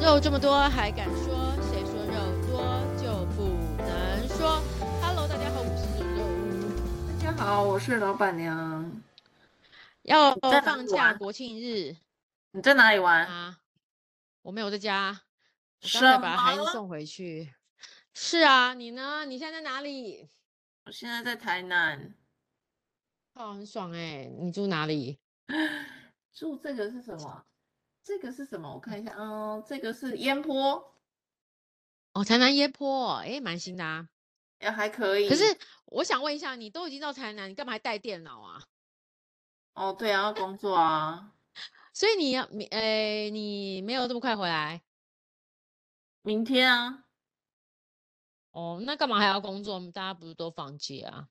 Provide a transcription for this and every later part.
肉这么多，还敢说？谁说肉多就不能说？Hello，大家好，我是肉。大家好，我是老板娘。要在哪里放假玩国庆日你在哪里玩？啊？我没有在家，我什刚才把孩子么送回去。是啊，你呢？你现在在哪里？我现在在台南，哦，很爽哎、你住哪里？住这个是什么？这个是什么？我看一下，嗯，这个是烟波，哦，台南椰坡，哎，蛮新的啊。也哎还可以。可是我想问一下，你都已经到台南，你干嘛还带电脑啊？哦，对啊，要工作啊，所以你要，你，哎，你没有这么快回来明天啊，哦？那干嘛还要工作？大家不是都放假啊？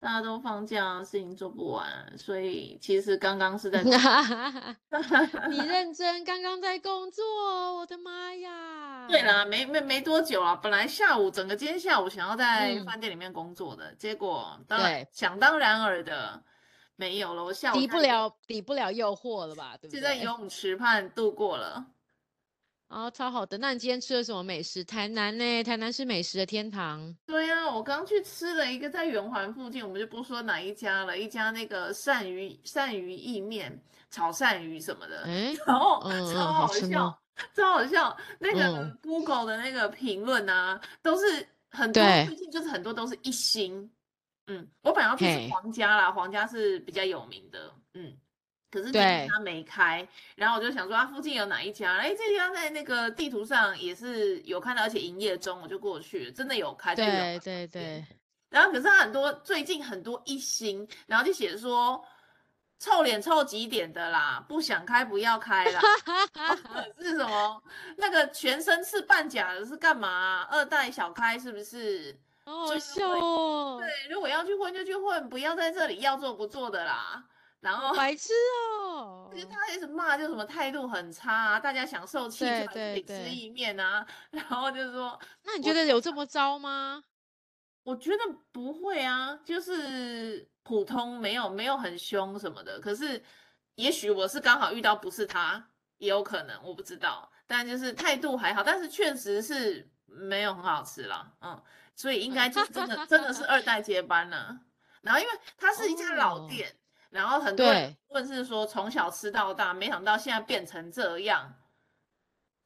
大家都放假，事情做不完，所以其实刚 刚是在 你认真，刚刚在工作哦，我的妈呀！对啦，没没没多久啊，本来下午整个今天下午想要在嗯饭店里面工作的，结果当然对，想当然尔的没有了。我下午抵不在了，抵不了诱惑了吧？对不对？就在游泳池畔度过了。哦，超好的。那你今天吃了什么美食？台南呢？台南是美食的天堂。对呀、我刚去吃了一个在圆环附近，我们就不说哪一家了，一家那个鳝鱼鳝鱼意面、炒鳝鱼什么的，哎，然后嗯嗯超好好吃笑吗，超好笑。那个嗯 Google 的那个评论啊，都是很多，对最近就是很多都是一星。嗯，我本来要去嘿吃皇家啦，皇家是比较有名的，嗯。可是最近对它没开，然后我就想说它啊附近有哪一家？哎，这家在那个地图上也是有看到，而且营业中，我就过去了，真的有开，就有对对对，然后可是他很多最近很多一星，然后就写说臭脸臭几点的啦，不想开不要开 啦，是什么？那个全身是半假的是干嘛啊、二代小开是不是？好好就是笑会哦，对，如果要去混就去混，不要在这里要做不做的啦。然后白痴哦可。是他一直骂，就什么态度很差、啊，大家想受气就对还是对得吃对意面啊。然后就说那你我觉得有这么糟吗？我觉得不会啊，就是普通，没有没有很凶什么的。可是，也许我是刚好遇到不是他，也有可能，我不知道。但就是态度还好，但是确实是没有很好吃啦，嗯，所以应该就是真的真的是二代接班了。然后因为它是一家老哦店，然后很多人对问是说从小吃到大，没想到现在变成这样，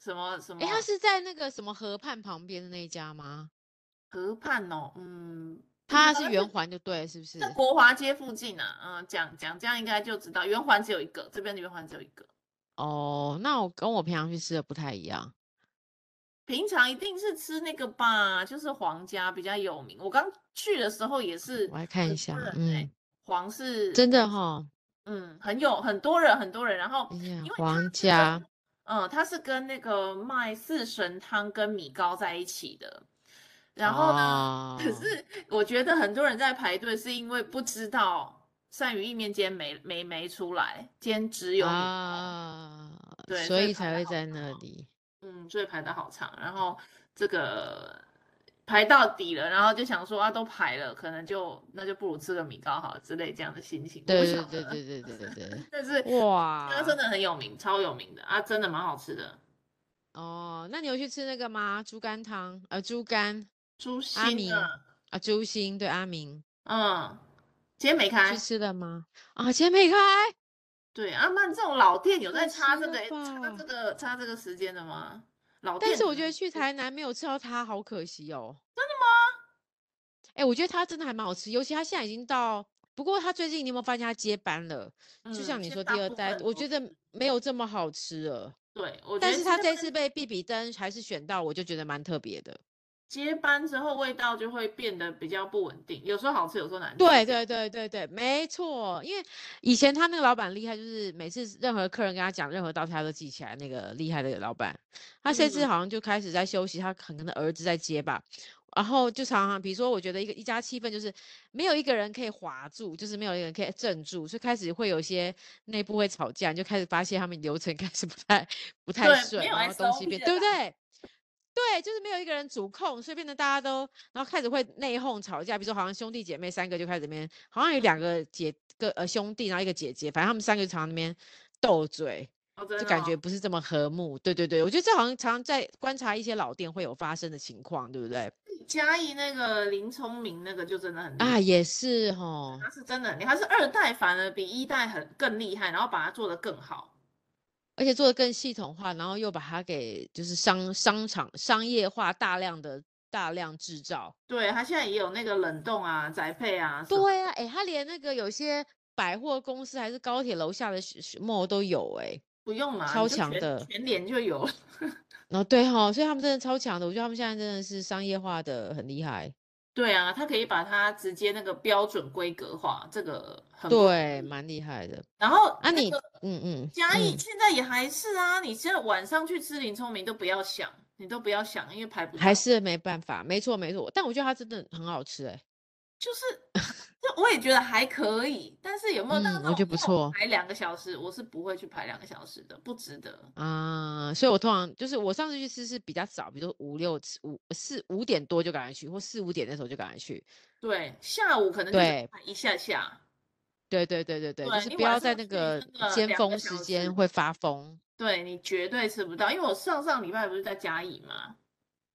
什么什么哎，他是在那个什么河畔旁边的那一家嗯吗？河畔哦，嗯，不知它道是但圆环就对，是不是？在国华街附近啊，嗯，讲讲这样应该就知道，圆环只有一个，这边的圆环只有一个。哦，那我跟我平常去吃的不太一样。平常一定是吃那个吧，就是皇家比较有名。我刚去的时候也是我来看一很下多，人哎、嗯，皇是真的哈，嗯很有很多人很多人，然后哎呀因为，它皇是真的家，嗯，它是跟那个卖四神汤跟米糕在一起的。然后呢，哦，可是我觉得很多人在排队是因为不知道鳝鱼意面今天没没没出来，今天只有米糕。啊，对所所以以排才得会好在长那哦里。嗯，所以排的好长，然后这个排到底了，然后就想说啊，都排了，可能就那就不如吃个米糕好了之类这样的心情，我不对晓对得，对对对 对对但是对，哇，它真的很有名，超有名的啊，真的蛮好吃的，哦，那你有去吃那个吗？猪肝汤，呃，猪肝猪阿心明啊，啊，猪心，对，阿明嗯，今天去没开，吃了吗？啊，前没开，对，阿曼这种老店有可在差惜这了个差吧这个差这个时间的吗？老但店是可我觉得能去是台南没有吃到它，好可惜哦。哎、我觉得它真的还蛮好吃，尤其它现在已经到，不过它最近你有没有发现它接班了？就嗯，像你其实说大第二部代，分我都觉得没有这么好吃了。对，我觉但得是接他这班次被比比登还是选到，我就觉得蛮特别的。接班之后味道就会变得比较不稳定，有时候好吃，有时候难吃，对对对对对，没错，因为以前他那个老板厉害，就是每次任何客人跟他讲任何道菜，他都记起来。那个厉害的老板，他这次嗯好像就开始在休息，他可能儿子在接吧。然后就常常，比如说，我觉得一个一家气氛就是没有一个人可以划住，就是没有一个人可以镇住，所以开始会有一些内部会吵架，你就开始发现他们流程开始不太不太对顺，没有然后东西 SOP 变，的对不啦对？对，就是没有一个人主控，所以变成大家都，然后开始会内讧吵架。比如说，好像兄弟姐妹三个就开始那边，好像有两个姐个呃兄弟，然后一个姐姐，反正他们三个就常常那边斗嘴。哦，真就的感觉哦不是这么和睦。对对对，我觉得这好像常常在观察一些老店会有发生的情况，对不对？嘉义那个林聪明那个就真的很厉啊，害，也是哦，他是真的很厉害，他是二代反而比一代很更厉害，然后把它做得更好。而且做的更系统化，然后又把它给就是商商场商业化，大量的大量制造。对，他现在也有那个冷冻啊、宅配啊什 么。对啊，哎，他连那个有些百货公司还是高铁楼下的 mall 都有哎、不用嘛，超你就强全的。全脸就有了。然后对哈、所以他们真的超强的，我觉得他们现在真的是商业化的很厉害。对啊，他可以把它直接那个标准规格化，这嗯个很不容对，易。蛮厉害的。然后啊那你，个嗯嗯嘉义嗯，现在也还是啊，你现在晚上去吃林聪明都不要想，你都不要想，因为排不还到。是没办法，没错没错。但我觉得它真的很好吃哎、就是，就我也觉得还可以，但是有没有到嗯，那我觉得种不要我错排两个小时，我是不会去排两个小时的，不值得。啊、所以我通常就是我上次去吃是比较早，比如说五六五四五点多就赶快去，或四五点那时候就赶快去。对，下午可能就是对排一下下，对对对对对，就对是你不晚要上在那去个真的尖两个峰小时时，间会发疯。对你绝对吃不到。因为我上上礼拜不是在嘉义嘛，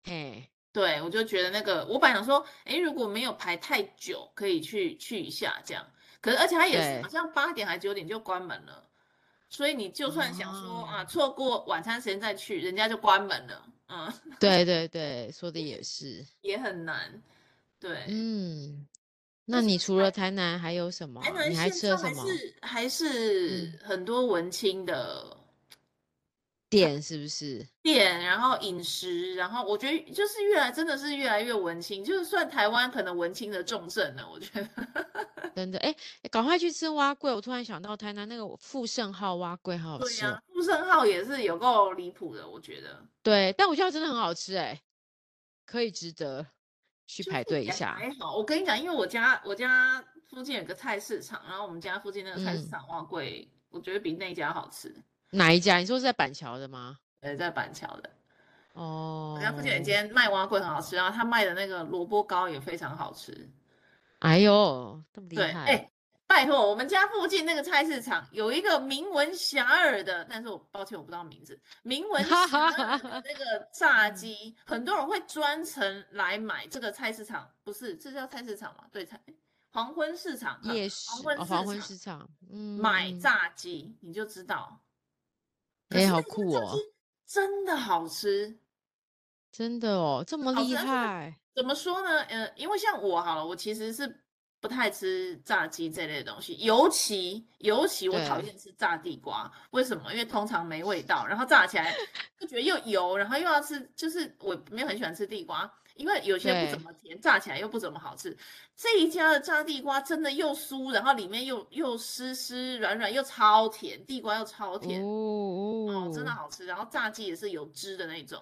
嘿，对，我就觉得那个，我本来想说，诶，如果没有排太久，可以去去一下这样。可是，而且它也是好对像八点还九点就关门了，所以你就算想说啊，啊，错过晚餐时间再去，人家就关门了，嗯，对对对，说 的也是。也很难。对，嗯，但那是你除了台台南还有什台么？南你还哎现吃了在什还么？是还是嗯，很多文青的店是不是？店，然后饮食，然后我觉得就是越来真的是越来越文青，就是算台湾可能文青的重镇了，我觉得。真的，哎，赶快去吃蛙龟！我突然想到台南那个富盛号蛙龟好好对吃哦。呀、富盛号也是有够离谱的，我觉得对，但我觉得它真的很好吃，哎，可以值得去就排是队哎一也下。还好。我跟你讲，因为我家我家附近有个菜市场，然后我们家附近那个菜市嗯，场蛙贵，我觉得比那家好吃。哪一家？你说是在板桥的吗？呃，在板桥的，我家附近有一哦，间卖蛙贵很好吃，然后他卖的那个萝卜糕也非常好吃。哎呦，这么厉对，害！哎，拜托，我们家附近那个菜市场有一个名闻遐迩的，但是我抱歉我不知道名字，名闻哈遐哈迩哈的哈，那个 炸嗯，鸡，很多人会专程来买这个菜市场，不是，这叫菜市场吗？对，菜，黄昏市场，呵夜黄市昏哦，市黄昏场市场，买嗯，炸鸡，你就知道。可哎，是好那个酷炸鸡哦，真的好吃，真的哦，这么好吃，厉但是害，怎么说呢？呃，因为像我好了，我其实是不太吃炸鸡这类的东西，尤其尤其我讨对，厌吃炸地瓜，为什么？因为通常没味道，然后炸起来就觉得又油，然后又要吃，就是我没有很喜欢吃地瓜，因为有些不怎对，么甜，炸起来又不怎么好吃。这一家的炸地瓜真的又酥，然后里面又又湿湿软软，又超甜，地瓜又超哦甜，哦，真的哦，好吃。然后炸鸡也是有汁的那种。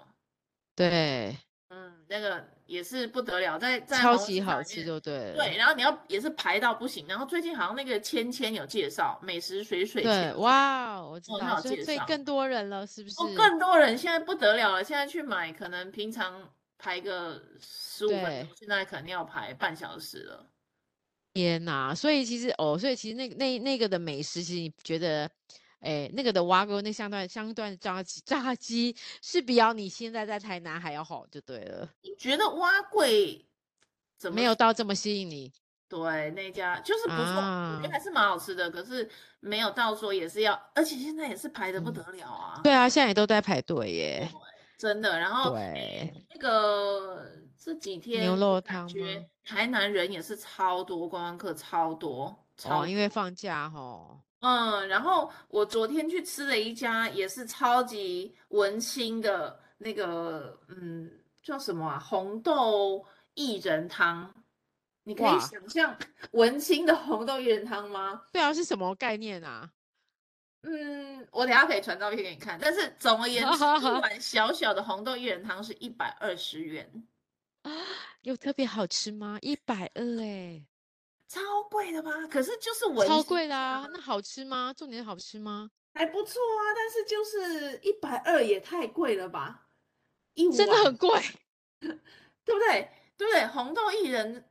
对，嗯，那个也是不得了，在在超黄昏级市场好里吃面，就对对，了，然后你要也是排到不行，然后最近好像那个芊芊有介绍美食水水芊对，芊，哇，我知哦，道，她有所以介所以绍，更多人了，是不哦，是？更多人现在不得了了，现在去买可能平常排个十五分钟，对，现在可能要排半小时了。天呐，所以其实哦，所以其实那那那个的美食，其实你觉得，哎，那个的蛙哥那相对相对炸鸡 炸鸡是比较你现在在台南还要好就对了，你觉得蛙贵怎没么有说？到这么吸引你对，那家就是不错，我觉啊，得还是蛮好吃的，可是没有到说也是要，而且现在也是排的不嗯，得了啊。 对啊，现在也都在排队对，耶，真的。然后，对，诶，那个这几牛天我肉感汤觉吗？台南人也是超多，观光客超多，超哦，因为多。放假吼，嗯，然后我昨天去吃了一家也是超级文青的那个，嗯，叫什么啊？红豆薏仁汤。你可以哇，想象文青的红豆薏仁汤吗？对啊，是什么概念啊？ 嗯，我等一下可以传照片给你看。但是总而言哈之，哈一哈，碗小小的红豆薏仁汤是一百二十元。有特别好吃吗？一百二哎，超贵的吧？可是就是文超青贵的价啊，啊，那好吃吗？重点是好吃吗？还不错啊。但是就是一百二也太贵了吧？一真的碗，很贵。 对不对？对不对？红豆薏仁，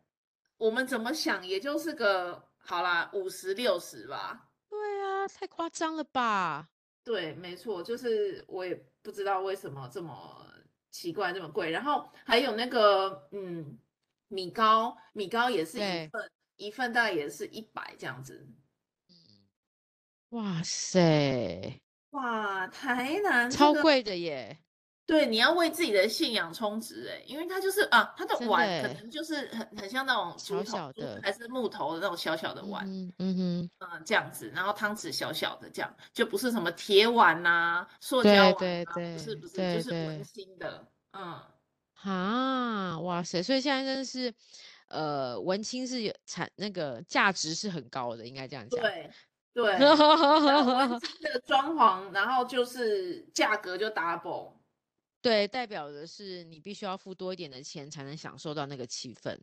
我们怎么想，也就是个好啦，五十六十吧。对啊，太夸张了吧？对，没错，就是我也不知道为什么这么奇怪，这么贵。然后还有那个，嗯，米糕，米糕也是一对份，一份大概也是一百这样子。哇塞，哇，台南这超个，贵的耶！对，你要为自己的信仰充值哎，因为它就是啊，它的真的碗可欸能就是很很像那种小竹筒小竹的还是木头的那种小小的嗯碗，哼，嗯哼，嗯，这样子，然后汤匙小小的这样，就不是什么铁碗呐、塑对胶碗对啊，不是对不是，对就是温对馨的， 嗯。啊，哇塞！所以现在真的是，呃，文青是有产那个价值是很高的，应该这样讲。对对，然后 温 馨的装潢，然后就是价格就 double，对，代表的是你必须要付多一点的钱才能享受到那个气氛。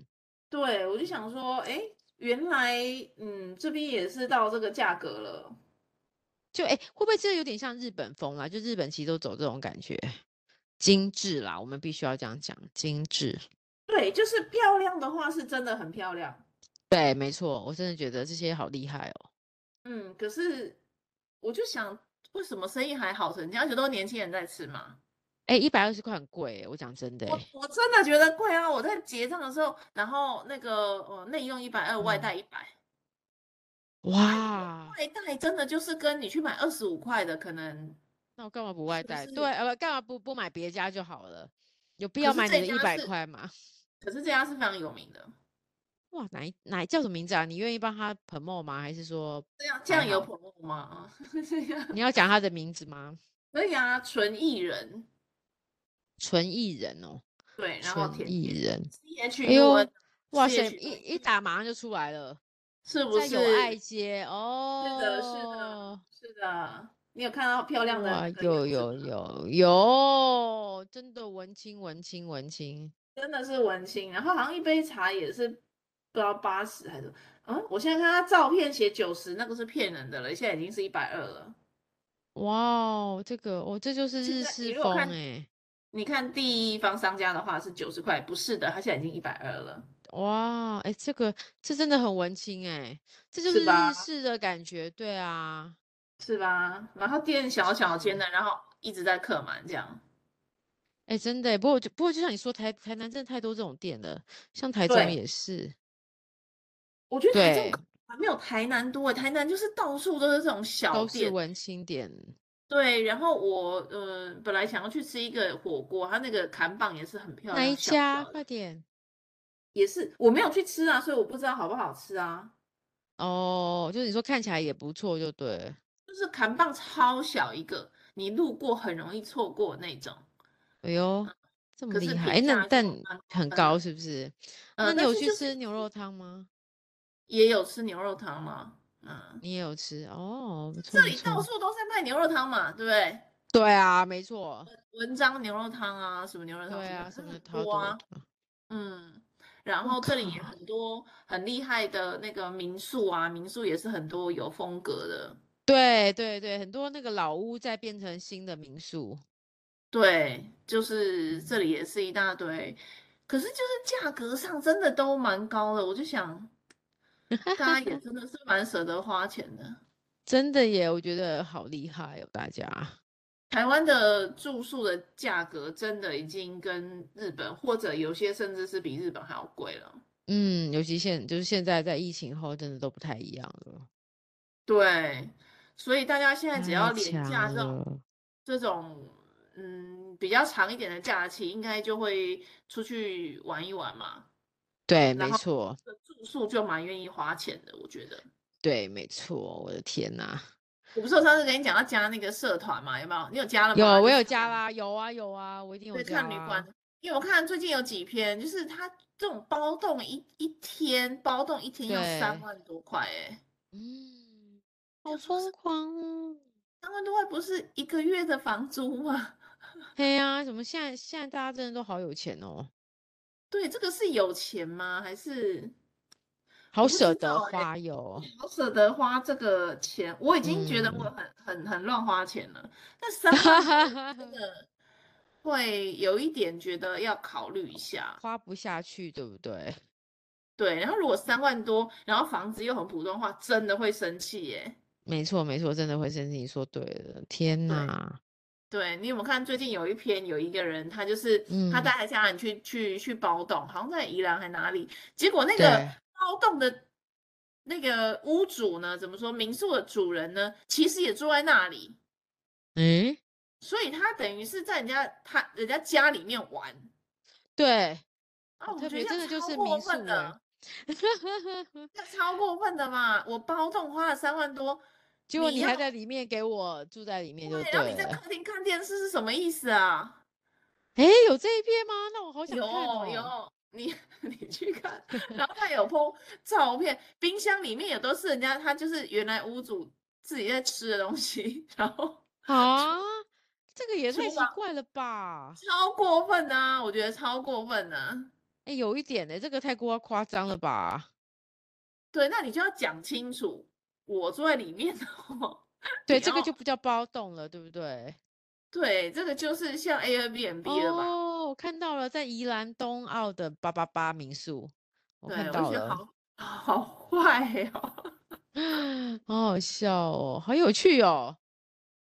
对我就想说，哎，原来嗯这边也是到这个价格了，就哎、诶会不会这有点像日本风啊啦？就日本其实都走这种感觉，精致啦，我们必须要这样讲，精致。对，就是漂亮的话是真的很漂亮，对，没错，我真的觉得这些好厉害哦。嗯，可是我就想，为什么生意还好成这样，而且都是年轻人在吃嘛？哎、一百二十块很贵耶、我讲真的、我欸，我真的觉得贵啊！我在结账的时候，然后那个呃内用一百二，外嗯带一百，哇，外带真的就是跟你去买二十五块的可能那我干嘛不外是不带？是对，呃，干嘛不不买别家就好了？有必可要是买这你的一家百是块吗？可是这家是非常有名的，哇，哪一哪一叫什么名字啊？你愿意帮他 promo 吗？还是说这样这还样有好 promo 吗？ 这样你要讲他的名字吗？可以啊，纯艺人纯艺人哦，对，然后纯甜艺点人， C H 哎 U 呦 N，哇 C 塞， H 一一打马上就出来了，是不在是？友爱是街的，是的哦。，是的，你有看到漂亮的哇，那个有样有子吗？有有，真的文青文青文青，真的是文青，然后好像一杯茶也是不知道八十还是，嗯，我现在看他照片写九十，那个是骗人的了，现在已经是一百二了。哇哦，这个哦，这就是现日在你式如果风看，哎，你看第一方商家的话是九十块，不是的，他现在已经一百二了，哇哎，这个这真的很文青哎，这就是是吧？日式的感觉，对啊，是吧？然后店小小间是的，然后一直在客满这样。哎，真的欸，不过就不过就像你说，台台南真的太多这种店了，像台中对，也是，我觉得台中对，可还没有台南多欸，台南就是到处都是这种小都是店。文青点，对，然后我呃本来想要去吃一个火锅，它那个砍棒也是很漂哪亮，一小家？小的，快点也是我没有去吃啊，所以我不知道好不好吃啊。哦，就是你说看起来也不错，就对了。就是砍棒超小一个，你路过很容易错过那种，哎呦，这么啊可是厉害！哎，评那价就但蛮高很分高的。是不是？呃，那你但有是去就是吃牛肉汤吗？也有吃牛肉汤嘛，嗯，你也有吃哦，不错这不里到错。处都在卖牛肉汤嘛，对不对？对啊，没错，文章牛肉汤啊，什么牛肉汤对什么啊，的，什它么很超多多啊，的。嗯，然我后这里也靠，很多很厉害的那个民宿啊，民宿也是很多有风格的，对对对，很多那个老屋在变成新的民宿。对，就是这嗯，里也是一大堆，可是就是价格上真的都蛮高的，我 就想大家也真的是蛮舍得花钱的。真的耶，我觉得好厉害哦，大家。台湾的住宿的价格真的已经跟日本，或者有些甚至是比日本还要贵了。嗯，尤其现就是现在在疫情后，真的都不太一样了，对，所以大家现在只太要廉价强这种了。这种，嗯，比较长一点的假期，应该就会出去玩一玩嘛。对，然没后错，住宿就蛮愿意花钱的，我觉得。对，没错。我的天呐！我不是我上次跟你讲要加那个社团嘛，有没有？你有加了吗？有，就我是有看加啦，有啊有啊，我一定有对，加看旅馆啊。的，因为我看最近有几篇，就是他这种包栋一一天，包栋一天要三对，万多块，哎，嗯，好想说疯是狂哦！三万多块不是一个月的房租吗？ 嘿呀，怎么现在现在大家真的都好有钱哦，对，这个是有钱吗？还是好我不舍知得道哎、花哟。我舍得花这个钱，我已经觉得我嗯，很很很乱花钱了。那三万多，我 真的会有一点觉得要考虑一下。花不下去，对不对？对，然后如果三万多，然后房子又很普通的话，真的会生气耶。没错，没错，真的会生气。你说对了，天哪！对你有没有看最近有一篇有一个人，他就是、他嗯带他家人去去去包栋，好像在宜兰还哪里，结果那个对，包栋的那个屋主呢，怎么说民宿的主人呢，其实也住在那里，诶，所以他等于是在人家他人家家里面玩对，啊，好我特觉得别，这真样的就超是过民分宿哎、的，这样超过分的嘛！我包栋花了三万多，结果你你要还在里面给我住在里面就对，然后对你在了。客厅看电视是什么意思啊？诶，有这一篇吗？那我好想有看哦。有，你 你 去看，然后他有 po 照片，冰箱里面也都是人家他就是原来屋主自己在吃的东西， 然后啊，这个也太厨奇房怪了吧？超过分的啊，我觉得超过分的啊。诶，哎有一点呢、这个太过夸张了吧？对，那你就要讲清楚，我坐在里面哦，对，你这个要就不叫包栋了，对不对？ 对这个就是像 Airbnb 了吧？哦，我看到了，在宜兰东澳的八八八民宿，我看对，我到就觉得了，好 好坏哦。 好好笑哦，好有趣哦。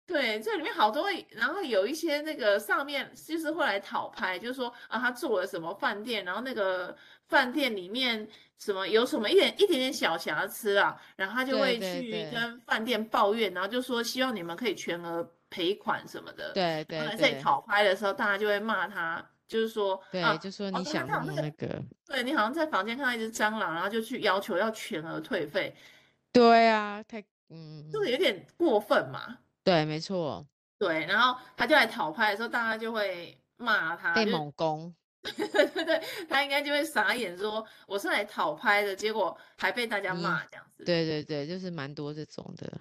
对，这里面好多，然后有一些那个上面就是会来讨拍，就是说啊，他住了什么饭店，然后那个饭店里面什么有什么一点一点点小瑕疵啊，然后他就对会对去对跟饭店抱怨，然后就说希望你们可以全额赔款什么的。对然后对来这里对讨拍的时候，大家就会骂他，就是说对，啊，就说哦，你他想他有那弄个，那个，对你好像在房间看到一只蟑螂，然后就去要求要全额退费，对啊，太这个嗯，有点过分嘛。对，没错，对，然后他就来讨拍的时候，大家就会骂他，被就是猛攻， 对对对，他应该就会傻眼说我是来讨拍的，结果还被大家你骂这样子，嗯对对对，就是蛮多这种的。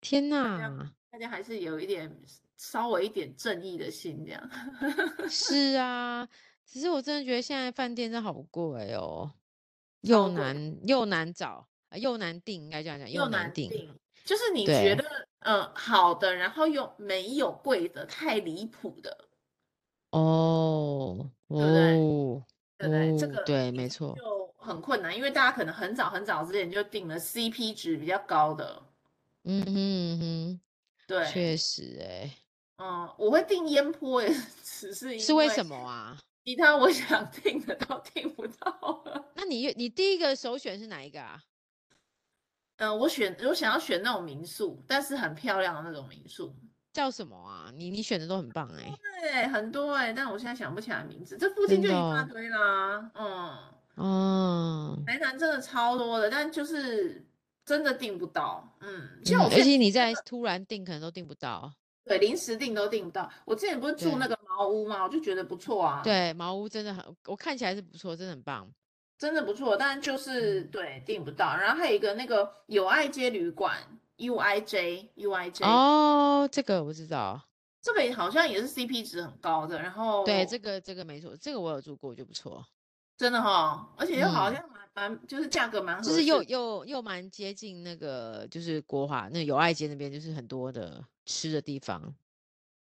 天大家呐，大家还是有一点稍微一点正义的心这样。 是啊，只是我真的觉得现在饭店真的好贵哦，又超贵，难又难找，呃又难订，应该这样讲，又又难难订。定，就是你对，觉得嗯好的，然后又没有贵的，太离谱的，哦，对不对？哦，对不对？这哦，个对，一没听错，就很困难，因为大家可能很早很早之前就定了 CP 值比较高的，嗯哼嗯哼，对。确实，诶，嗯，我会订烟波也 只是是因为为什么啊？其他我想订的都订不到了。那你你第一个首选是哪一个啊？嗯，我选我想要选那种民宿，但是很漂亮的那种民宿。叫什么啊？你你选的都很棒哎诶，对，很多哎、但我现在想不起来名字。这附近真就的一大哦，堆啦。嗯，哦，台南真的超多的，但就是真的订不到。嗯，像嗯，我之而前且你在突然订可能都订不到，对临时订都订不到。我之前不是住那对个茅屋嘛，我就觉得不错啊，对，茅屋真的很，我看起来是不错，真的很棒，真的不错，但就是嗯，对订不到。然后还有一个那个友爱街旅馆 （UIJ UIJ），哦，这个我知道，这个也好像也是 CP 值很高的，然对，后这个这个没错，这个我有住过，我觉得不错，真的哈、而且又好嗯。像蛮蛮啊就是价格蛮就合是适又的。又又蛮接近那个，就是国华那友爱街那边，就是很多的吃的地方。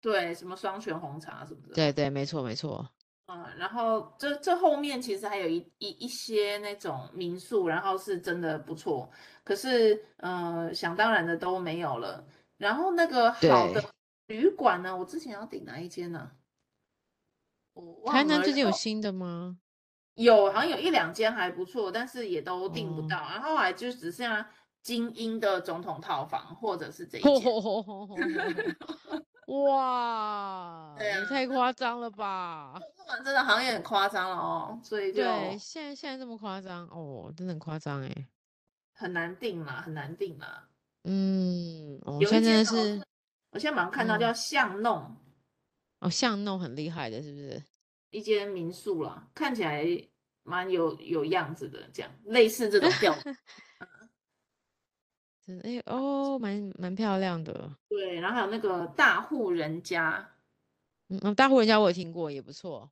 对，什么双泉红茶什么的，对对，没错没错。嗯，然后这这后面其实还有一一一些那种民宿，然后是真的不错，可是呃，想当然的都没有了。然后那个好的对，旅馆呢，我之前要订哪一间呢？我台忘南了，最然近有后新的吗？有好像有一两间还不错，但是也都订不哦，到，然后后来就只剩下精英的总统套房或 者是这一吼间。吼吼吼吼吼吼！哇， 对也啊，太夸张了吧？那我们真的好像也很夸张了哦，所以对，就现在现在这么夸张哦，真的很夸张哎。很难订啦，很难订啦。嗯，哦，有一现在真间的是，哦，我现在马上看到嗯，叫巷弄哦，像弄很厉害的，是不是？一间民宿啦，看起来蛮有有样子的，这样类似 这种调。真的哎哦，蛮蛮漂亮的。对，然后还有那个大户人家，嗯，哦大户人家我有听过，也不错。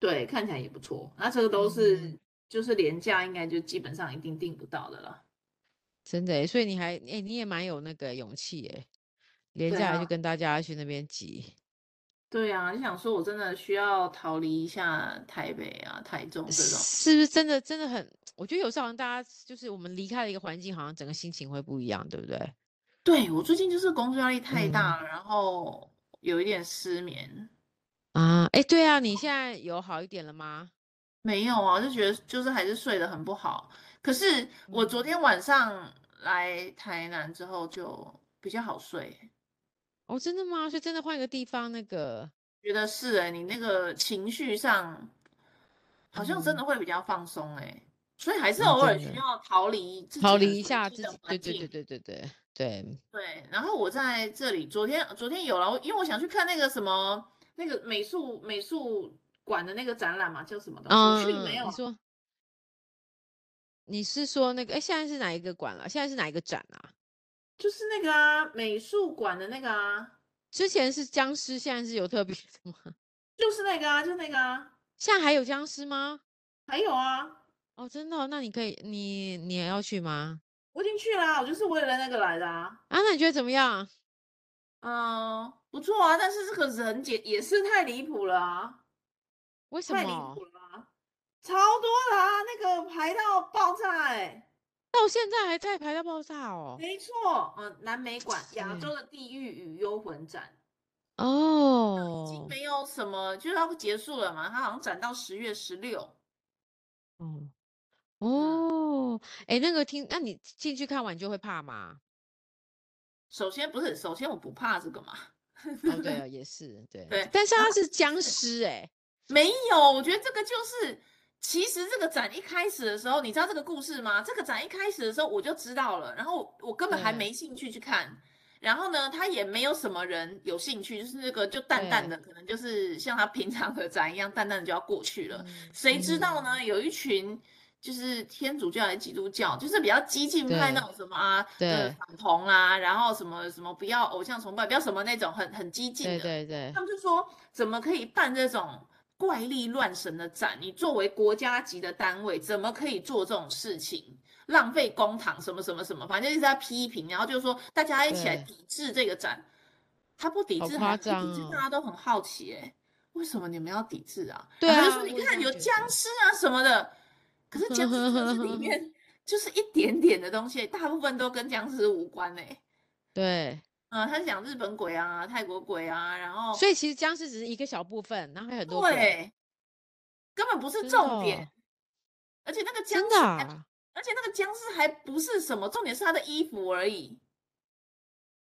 对，看起来也不错。那这个都嗯哼。是就是廉价，应该就基本上一定订不到的了。真的欸，所以你还哎、你也蛮有那个勇气哎，连对下来就啊，跟大家去那边挤。对啊，就想说我真的需要逃离一下台北啊、台中这种。是不是真的真的很？我觉得有时候好像大家就是我们离开了一个环境，好像整个心情会不一样，对不对？对，我最近就是工作压力太大嗯了，然后有一点失眠。啊，哎，对啊，你现在有好一点了吗？没有啊，就觉得就是还是睡得很不好。可是嗯我昨天晚上来台南之后就比较好睡，哦，真的吗？所以真的换一个地方，那个，觉得是哎、你那个情绪上好像真的会比较放松哎、所以还是嗯偶尔真需的要逃离自己逃很离一熟下悉自己。的对环对境。对对对对对，对，然后我在这里，昨天昨天有了，因为我想去看那个什么那个美术美术馆的那个展览嘛，叫什么东西？哦去没嗯，有啊你说你是说那个？哎，现在是哪一个馆了？现在是哪一个展啊？就是那个啊，美术馆的那个啊，之前是僵尸，现在是有特别的吗？就是那个啊，就是那个啊，现在还有僵尸吗？还有啊，哦，真的哦那你可以，你你也要去吗？我已经去啦、我就是为了那个来的啊。啊，那你觉得怎么样？嗯，不错啊，但是这个人也也是太离谱了啊，为什太离么谱了啊，超多的啊，那个排到爆炸哎、到现在还在排到爆炸哦？没错，嗯，南美馆亚对洲的地狱与幽魂展。已经哦，没有什么，就是它结束了嘛，它好像展到十月十六。哦，嗯哦，哎，那个听，那你进去看完就会怕吗？首先不是，首先我不怕这个嘛，对哦，不对 对？啊，也是对，对但是然它后是僵尸哎、没有，我觉得这个就是，其实这个展一开始的时候，你知道这个故事吗？这个展一开始的时候我就知道了，然后我根本还对没兴趣去看。然后呢，他也没有什么人有兴趣，就是那个就淡淡对的，可能就是像他平常的展一样，淡淡的就要过去了。嗯谁知道嗯，呢？有一群就是天主教还是基督教，就是比较激进派那对种什么啊，呃，对反同啊，然后什么什么不要偶像崇拜，不要什么那种很很激进对的，对对，他们就说怎么可以办这种怪力乱神的展？你作为国家级的单位，怎么可以做这种事情？浪费公帑，什么什么什么，反正一直在批评，然后就说大家一起来对，抵制这个展。他不抵好制还夸好，一张抵制大哦。家都很好奇、欸，为什么你们要抵制啊？对然后他就啊，说你我也这看样有觉僵尸啊什么的，可是僵尸真的是里得。 面就是一点点的东西，大部分都跟僵尸无关呢、对，嗯、他讲日本鬼啊、泰国鬼啊，然后所以其实僵尸只是一个小部分，然后还有很多鬼，对，根本不是真的重点，哦，而且那个僵真的尸还，啊，而且那个僵尸还不是什么，重点是他的衣服而已，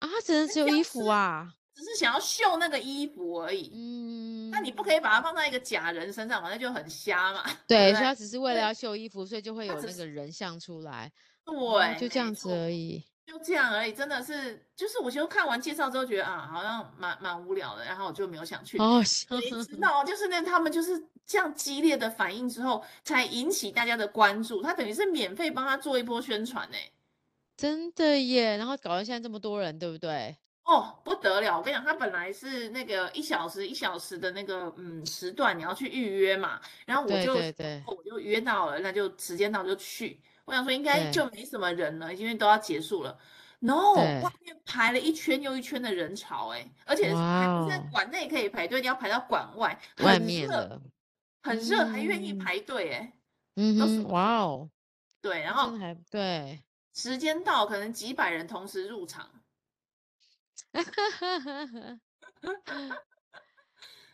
啊，它只能那只有僵衣尸服啊，只是想要秀那个衣服而已。那你不可嗯，以把它放在一个假人身上嘛？那就很瞎嘛， 对，所以对不对？它只是为了对，要秀衣服，所以就会它有只那是个人像出来，哦，对，就这没样子错，而已，就这样而已。真的是，就是我就看完介绍之后觉得啊，好像蛮蛮无聊的，然后我 就没有想去。 好好笑，谁知道，就是那他们就是这样激烈的反应之后，才引起大家的关注。他等于是免费帮他做一波宣传欸呢、真的耶，然后搞得现在这么多人，对不对？哦，不得了！我跟你讲，他本来是那个一小时一小时的那个嗯时段，你要去预约嘛。然后我对就对对我就约到了，那就时间到就去。我想说应该对就没什么人了，因为都要结束了。No，外对，面排了一圈又一圈的人潮、欸，而且还哇不是在哦，馆内可以排队，你要排到馆外，外很面热，了，很热，还愿意嗯排队、欸，嗯都什哼，么时哇候？哦，对，然那真的后还对，时间到，可能几百人同时 入场。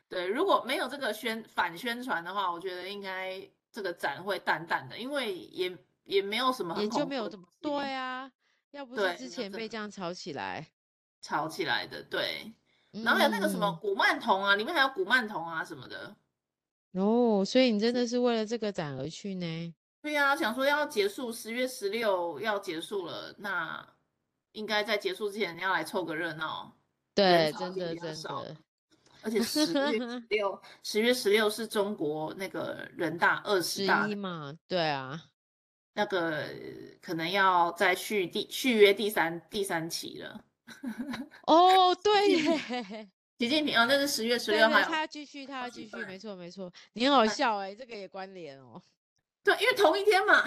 对，如果没有这个宣反宣传的话，我觉得应该这个展会淡淡的，因为也也没有什么很也就没恐怖有的这么东对西，啊，要不是对，之就前真被的这样炒起来，吵起来的，对。然后有那个什么嗯。古曼童啊，里面还有古曼童啊什么的。哦，所以你真的是为了这个展而去呢？对呀、想说要结束，十月十六要结束了，那应该在结束之前要来凑个热闹，人对，少一真点的比较真少的，而 且十月十六，十月十六是中国那个人大二十十大一嘛，对啊，那个可能要再续第续约第三第三期了。 哦，习对近平，耶，习近平，哦，那是十月十对六还对，有他要继续，他好要几继份，续，没错没错，你很好哎笑哎，这个也关联哦，对，因为同一天嘛，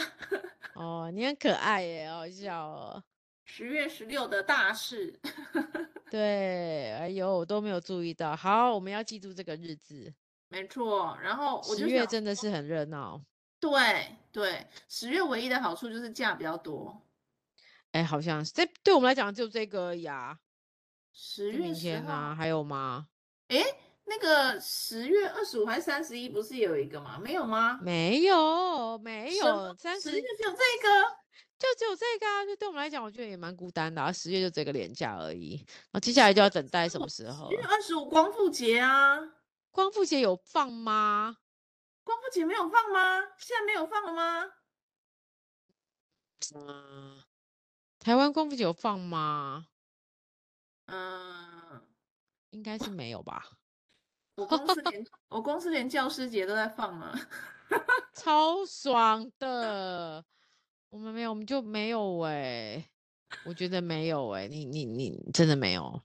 哦，你很可爱耶，好好笑哦，十月十六的大事。对，哎呦，我都没有注意到，好，我们要记住这个日子，没错，然后哦我十就月想，真的是很热闹，对对，十月唯一的好处就是假比较多，哎，好像是，这对我们来讲就这个呀。十就月明十天啊，号，还有吗？哎，那个十月二十五还是三十一，不是有一个吗？没有吗？没有，没什么？有，三嗯十十月只有这个？就只有这个啊。就对我们来讲，我觉得也蛮孤单的啊。十月就这个连假而已，然后接下来就要等待什么时候十月了？二十五光复节啊，光复节有放吗？光复节没有放吗？现在没有放了吗？嗯，台湾光复节有放吗？嗯，应该是没有吧。我公司 连我公司连教师节都在放啊。 超爽的。我们没有，我们就没有哎、我觉得没有哎、你你你真的没有，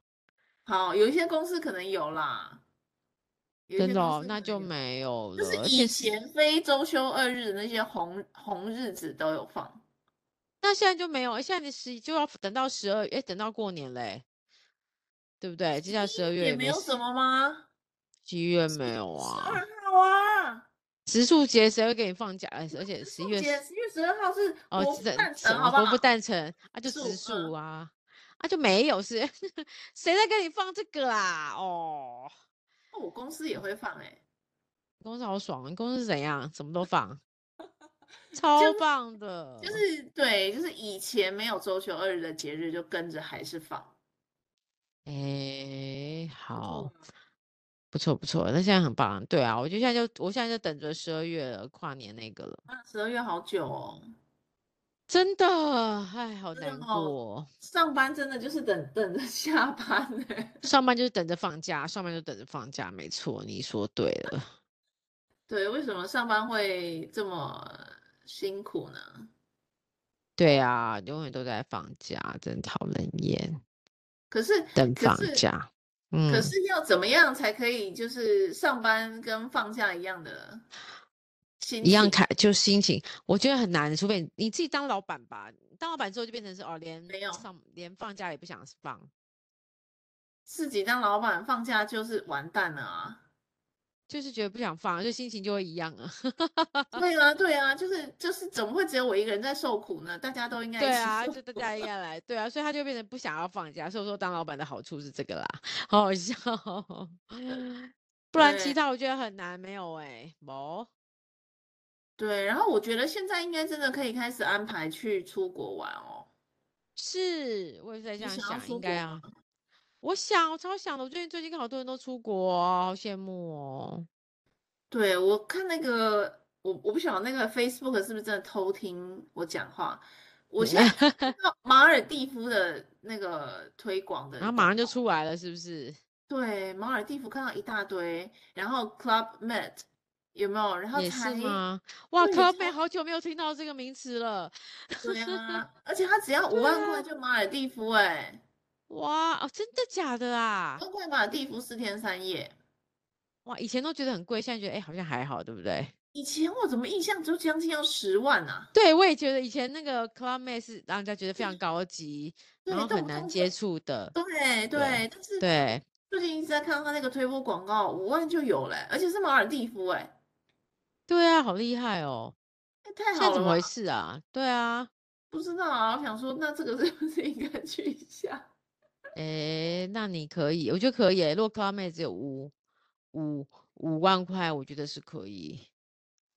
好，有一些公司可能有啦，有一真些的公哦，司那可能就有，没有就是了。而且以是前非周休二日那些红红日子都有放。那现在就没有，现在的十一就要等到十二，哎，等到过年嘞、对不对？接下来十二月也也没没有事，什么吗？七月十没有十啊。二号啊，植树节谁会给你放假？哎而且十一树月节十月十二号是哦，国只父等诞辰，什么好不国父好？诞辰啊，就植树，树嗯，啊，啊就没有是，谁在跟你放这个啊？哦，那我公司也会放哎、你公司好爽，你公司怎样，什么都放， 就超棒的。就是对，就是以前没有周休二日的节日，就跟着还是放。哎，好，嗯，不错不错，那现在很棒。对啊，我就现在就我现在就等着十二月了，跨年那个了，那十二月好久哦，真的，哎，好真的难哦，过。上班真的就是等等着 下班哎、上班就是等着放假，上班就等着放假，没错，你说对了。对，为什么上班会这么辛苦呢？对啊，永远都在放假，真讨人厌。可是，等可放是，假，可嗯，是要怎么样才可以就是上班跟放假一样的心一样情？开就心情，我觉得很难，除非你你自己当老板吧。当老板之后就变成是哦，连没有，上连放假也不想放，自己当老板放假就是完蛋了啊！ 就是觉得不想放，就心情就会一样啊。对啊，对啊，就是就是怎么会只有我一个人在受苦呢？大家都应该 一对起啊，受就大苦。家应该来，对啊，所以他就变成不想要放假。所以我说当老板的好处是这个啦，好好笑哦、 不然其对他我觉得很难，没有哎、没。对，然后我觉得现在应该真的可以开始安排去出国玩哦。是，我也是在这你样想要想，出应该国吗？啊。我想，我超想的。我最近最近好多人都出国哦，好羡慕哦。对，我看那个，我我不晓得那个 Facebook 是不是真的偷听我讲话。我现在看到马尔蒂夫的那个推广的然后马广上就告，出来了，是不是？对，马尔蒂夫看到一大堆，然后 Club Med 有没有？然后也才是吗？哇对，Club 才 Med 好久没有听到这个名词了。对啊，而且它只要五 对万块啊，就马尔蒂夫哎、哇，哦，真的假的五啊？万块马尔蒂夫四天三夜。哇，以前都觉得很贵，现在觉得哎好像还好，对不对？以前我怎么印象只有将近要十万啊？对，我也觉得以前那个 Club Med 是让人家觉得非常高级，然嗯对，后动很不难动接就触的。对对，对，但是对，最近一直在看到他那个推播广告，五万就有了欸，而且是马尔蒂夫哎，对啊，好厉害哦！那太现在好怎么了吧？回事啊？对啊。不知道啊，我想说，那这个是不是应该去一下？诶，那你可以，我觉得可以诶。如果 Club 妹只有五五五万块，我觉得是可以。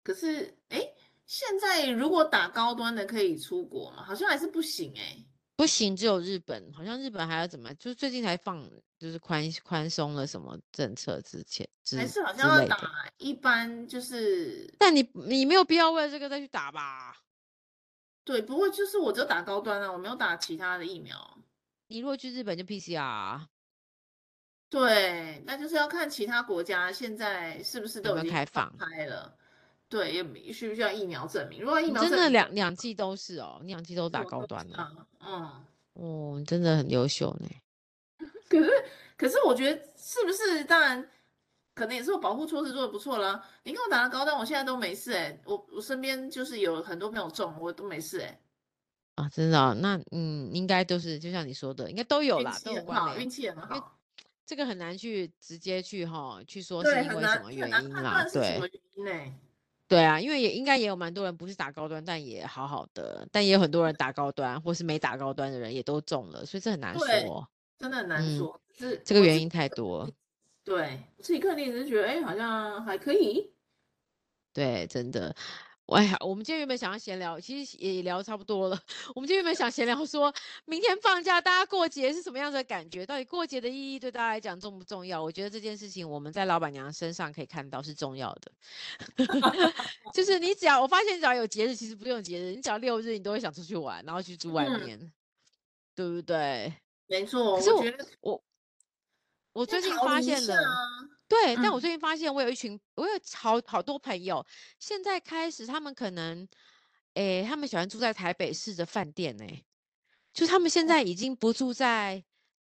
可是哎，现在如果打高端的可以出国吗？好像还是不行哎。不行，只有日本，好像日本还要怎么，就是最近才放，就是宽宽松了什么政策之前还之是好像之要类的。打一般，就是但你你没有必要为了这个再去打吧？对，不过就是我就打高端啊，我没有打其他的疫苗。你如果去日本就 PCR 啊对，那就是要看其他国家现在是不是有都没有已经开放放？开了。对，也没需不需要疫苗证明？如果疫你苗真证的明，两两季都是哦，你两季都其实打我高都端知哦，道，嗯。哦，你真的很优秀呢。可是，可是我觉得是不是？当然，可能也是我保护措施做的不错啦。你看我打了高端，我现在都没事哎、我我身边就是有很多朋友中，我都没事哎、啊，真的哦那嗯，应该都是就像你说的，应该都有运啦，都气有很关好，联，运气很因为好。这个很难去直接去哈去说是对，因很为什难么很原难因判啦，断是什啊对么原因呢、对啊，因为也应该也有蛮多人不是打高端，但也好好的，但也有很多人打高端或是没打高端的人也都中了，所以这很难对说，真的很难嗯说。是这个我原自因己太个多。对我自己个人也是觉得，哎，好像还可以。对，真的。哎呀，我们今天原本想要闲聊，其实也聊差不多了。 我们今天原本想闲聊说，明天放假，大家过节是什么样子的感觉？到底过节的意义对大家来讲重不重要？我觉得这件事情我们在老板娘身上可以看到是重要的。 就是你只要我发现，只要有节日，其实不用节日，你只要六日，你都会想出去玩，然后去住外嗯面，对不对？没错，可是我我觉得我我先最近逃发离一现下了。啊。对，但我嗯，最近发现，我有一群，我有好好多朋友，现在开始他们可能，诶，他们喜欢住在台北市的饭店呢、就他们现在已经不住在，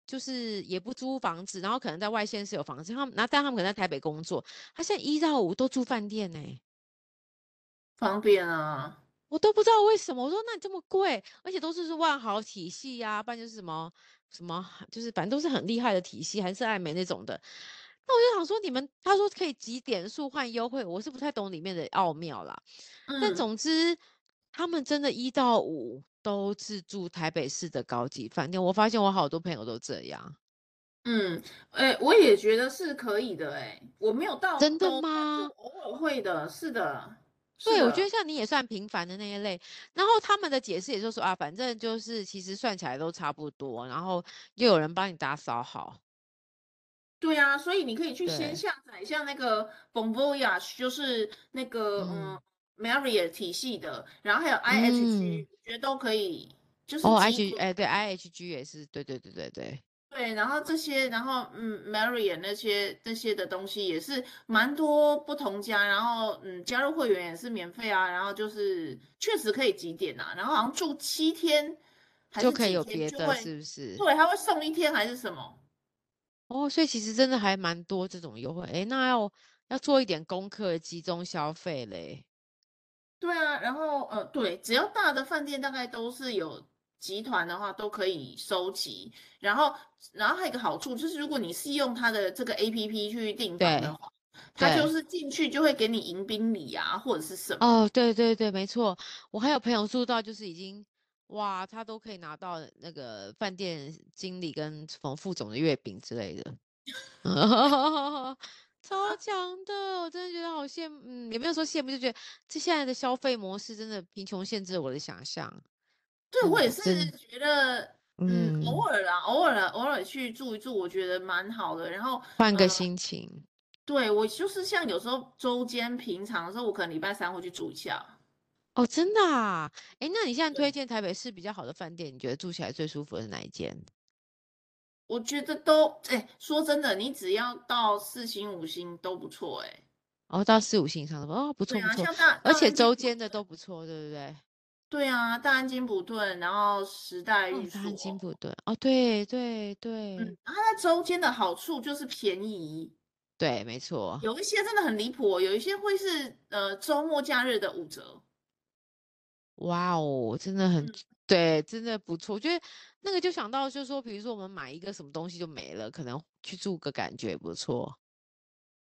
就是也不租房子，然后可能在外县市有房子，他们，然后但他们可能在台北工作，他现在一到五都住饭店呢、方便啊。我都不知道为什么。我说那你这么贵，而且都是是万豪体系呀、不然就是什么什么，就是反正都是很厉害的体系，韩式爱美那种的。那我就想说，你们他说可以集点数换优惠，我是不太懂里面的奥妙啦。但嗯，总之，他们真的一到五都是住台北市的高级饭店。我发现我好多朋友都这样，嗯，哎，我也觉得是可以的，哎，我没有到真的都，但是吗？偶尔会的，是的，是对，我觉得的，像你也算平凡的那一类，然后他们的解释也就是说啊，反正就是其实算起来都差不多，然后又有人帮你打扫好，对啊，所以你可以去先对，下载一下那个 Bon Voyage，就是那个嗯嗯 Marriott 体系的，然后还有嗯， IHG，我觉得都可以，就是哦集，H 合哎对，IHG 也是，对对对对对，对，然后这些，然后嗯，Marriott 那些那些的东西也是蛮多不同家，然后嗯，加入会员也是免费啊，然后就是确实可以几点啊，然后好像住七天还就是可以几有天别就的，会，是不是？对，他会送一天还是什么？哦，所以其实真的还蛮多这种优惠，哎，那要要做一点功课，集中消费嘞。对啊，然后呃，对，只要大的饭店大概都是有集团的话，都可以收集。然后，然后还有一个好处就是，如果你是用它的这个 APP 去订房的对话，它就对，是进去就会给你迎宾礼啊，或者是什么。哦，对对对，没错，我还有朋友住到就是已经，哇，他都可以拿到那个饭店经理跟冯副总的月饼之类的， 超强的，我真的觉得好羡慕，嗯，也没有说羡慕，就觉得这现在的消费模式真的贫穷限制了我的想象，对，真我也的是真，觉得，嗯，偶嗯，尔啦，偶尔啦，偶尔去住一住，我觉得蛮好的。然后，换个嗯、心情，对，我就是像有时候周间平常的时候，我可能礼拜三会去住一下。哦，真的啊，诶，那你现在对。推荐台北市比较好的饭店，你觉得住起来最舒服的是哪一间？我觉得都，哎，说真的，你只要到四星、五星都不错，哎。哦，到四五星以上的吧哦，不对错不啊，错，像大而大且安金周普间的顿，都不错，对不对？对啊，大安金普顿，然后时代哦，寓大安金所，普顿，哦，对对嗯，对然后它在周间的好处就是便宜，对，没错，有一些真的很离谱哦，有一些会是呃周末假日的五折，哇哦，真的很嗯，对，真的不错。我觉得那个就想到，就是说，比如说我们买一个什么东西就没了，可能去住个感觉也不错，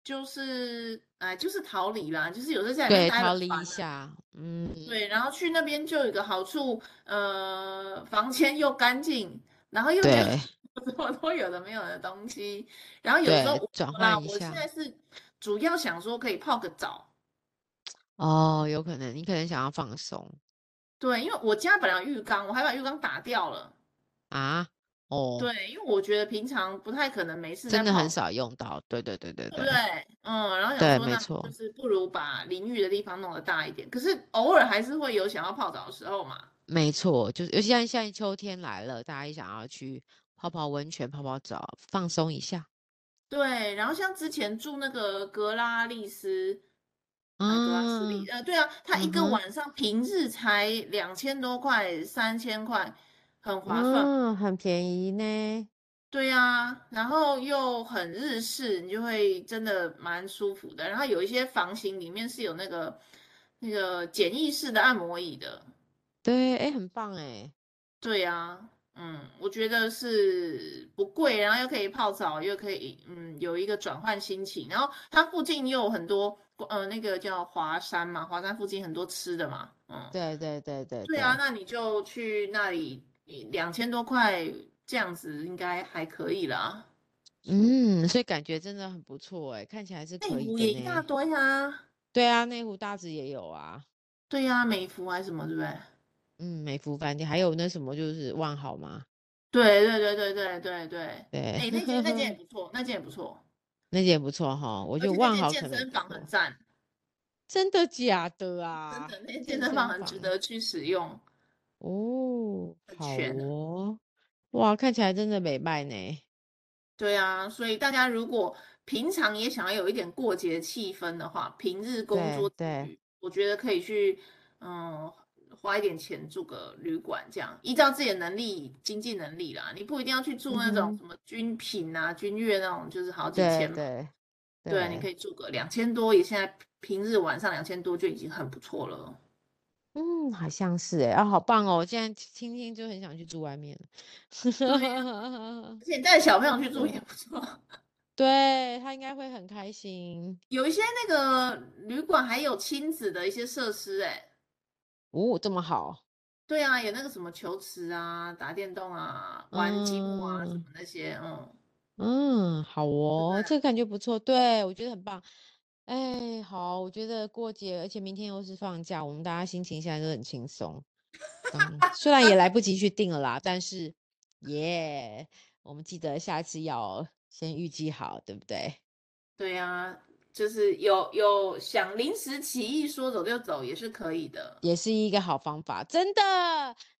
就是哎就是逃离啦，就是有时候在里面对，待了逃离烦一了，下，嗯，对，然后去那边就有一个好处，呃，房间又干净，然后又有对 什么都有的没有的东西，然后有时候对，我转啦，换一我现下。在是主要想说可以泡个澡。哦，有可能你可能想要放松对，因为我家本来有浴缸，我还把浴缸打掉了。啊，哦，对，因为我觉得平常不太可能没事在真的很泡，少用到，对对对对对不对对？嗯，然后想对，说没那就错。是不如把淋浴的地方弄得大一点，可是偶尔还是会有想要泡澡的时候嘛。没错，就是尤其像现在秋天来了，大家也想要去泡泡温泉、泡泡澡，放松一下对，然后像之前住那个格拉利斯，啊，格拉斯利，啊。呃，对啊，他一嗯个哼，晚上平日才两千多块，三千块，很划算。嗯，很便宜呢。对呀，然后又很日式，你就会真的蛮舒服的。然后有一些房型里面是有那个那个简易式的按摩椅的。对，哎，很棒哎。对呀，嗯，我觉得是不贵，然后又可以泡澡，又可以嗯有一个转换心情。然后它附近又有很多呃那个叫华山嘛，华山附近很多吃的嘛，嗯，对对对对对啊，那你就去那里，两千多块这样子应该还可以啦。嗯，所以感觉真的很不错哎，看起来是可内以湖的也一大呢。堆啊，对啊，内湖大直也有啊，对呀、美孚啊还是什么，对不对？嗯，美孚饭店还有那什么就是万豪嘛，对对对对对对对，哎、对，那间那间也不错，那间也不错， 那间也不错哈， 我觉而得且那万间豪健可能身不房错，很赞，真的假的真啊？的，那间健健身房身很值房得去使用，哦，很好全。啊哦，哇，看起来真的美卖呢。对啊，所以大家如果平常也想要有一点过节气氛的话，平日工对作之对，余，我觉得可以去，嗯，花一点钱住个旅馆，这样依照自己的能力、经济能力啦，你不一定要去住嗯那哼，种什么君品啊、君悦那种，就是好几对千嘛。对啊对，你可对，以住个两千多，也现在平日晚上两千多就已经很不错了。嗯，好像是哎，啊，好棒哦！我现在听听就很想去住外面对呀，了。 而且你带小朋友去住也不错。 对，他应该会很开心。有一些那个旅馆还有亲子的一些设施，哎。哦，这么好，对啊，有那个什么球池啊、打电动啊、玩积木啊什么嗯那些，嗯，嗯，好对不哦，这对？个感觉不错，对，我觉得很棒。哎，好，我觉得过节，而且明天又是放假，我们大家心情现在都很轻松。刚虽然也来不及去订了啦，但是耶我们记得下次要先预计好，对不对？对啊，就是有有想临时起意说走就走也是可以的。也是一个好方法，真的。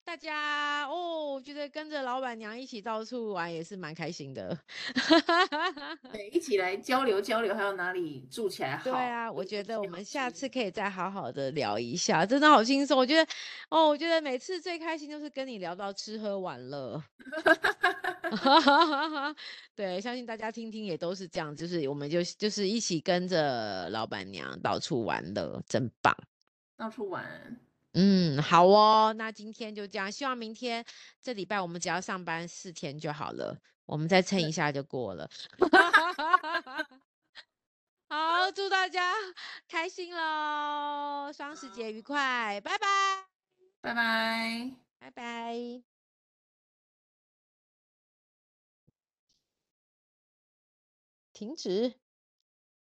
大家哦，我觉得跟着老板娘一起到处玩也是蛮开心的。对，一起来交流交流，还有哪里住起来对好，啊，有我什么觉得我东西好们下吃。次可以再好好的聊一下，真的好轻松。我觉得，哦，我觉得每次最开心就是跟你聊到吃喝玩乐。 对，相信大家听听也都是这样，就是我们就就是一起跟着老板娘到处玩乐，真棒。到处玩，嗯，好哦，那今天就这样，希望明天这礼拜我们只要上班四天就好了，我们再撑一下就过了。 好，祝大家开心喽，双十节愉快，拜拜，拜拜。拜拜。停止。